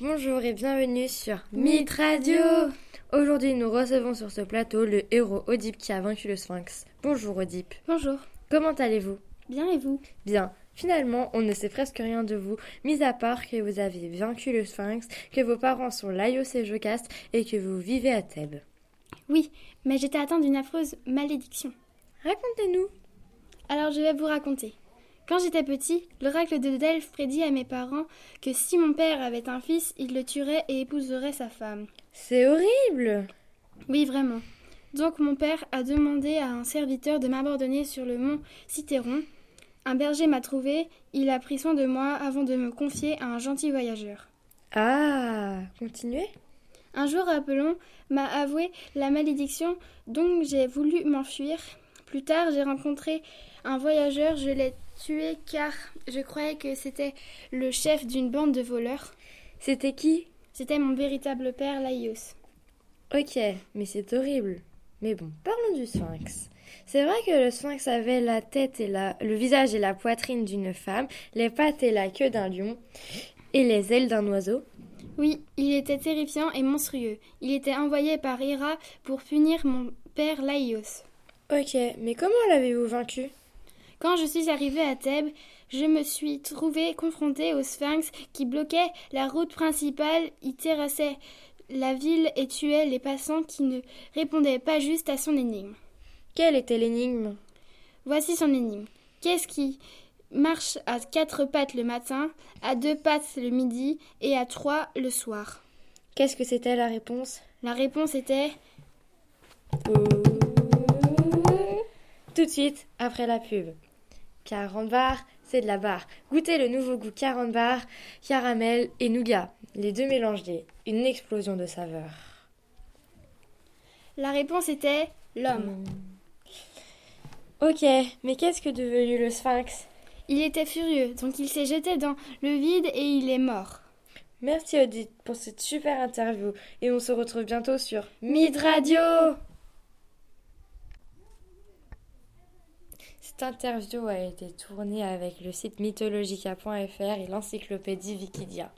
Bonjour et bienvenue sur Mythe Radio. Aujourd'hui, nous recevons sur ce plateau le héros Oedipe qui a vaincu le Sphinx. Bonjour Oedipe. Bonjour. Comment allez-vous Bien et vous Bien. Finalement, on ne sait presque rien de vous, mis à part que vous avez vaincu le Sphinx, que vos parents sont Laios et Jocaste et que vous vivez à Thèbes. Oui, mais j'étais atteinte d'une affreuse malédiction. Racontez-nous. Alors je vais vous raconter. Quand j'étais petit, l'oracle de Delphes prédit à mes parents que si mon père avait un fils, il le tuerait et épouserait sa femme. C'est horrible. Oui, vraiment. Donc mon père a demandé à un serviteur de m'abandonner sur le mont Citeron. Un berger m'a trouvé, il a pris soin de moi avant de me confier à un gentil voyageur. Ah, continuez. Un jour, Apollon m'a avoué la malédiction, donc j'ai voulu m'enfuir. Plus tard, j'ai rencontré un voyageur, je l'ai tué car je croyais que c'était le chef d'une bande de voleurs. C'était qui C'était mon véritable père, Laios. Ok, mais c'est horrible. Mais bon, parlons du sphinx. C'est vrai que le sphinx avait la tête et la, le visage et la poitrine d'une femme, les pattes et la queue d'un lion, et les ailes d'un oiseau. Oui, il était terrifiant et monstrueux. Il était envoyé par Hera pour punir mon père Laios. Ok, mais comment l'avez-vous vaincu Quand je suis arrivée à Thèbes, je me suis trouvée confrontée au sphinx qui bloquait la route principale, y terrassait la ville et tuait les passants qui ne répondaient pas juste à son énigme. Quelle était l'énigme Voici son énigme. Qu'est-ce qui marche à quatre pattes le matin, à deux pattes le midi et à trois le soir Qu'est-ce que c'était la réponse La réponse était Tout de suite après la pub. 40 bars, c'est de la barre. Goûtez le nouveau goût 40 bars, caramel et nougat. Les deux mélangés, une explosion de saveurs. La réponse était l'homme. Ok, mais qu'est-ce que devenu le sphinx Il était furieux, donc il s'est jeté dans le vide et il est mort. Merci Odile pour cette super interview et on se retrouve bientôt sur Mid Radio. Cette interview a été tournée avec le site mythologica.fr et l'encyclopédie Wikidia.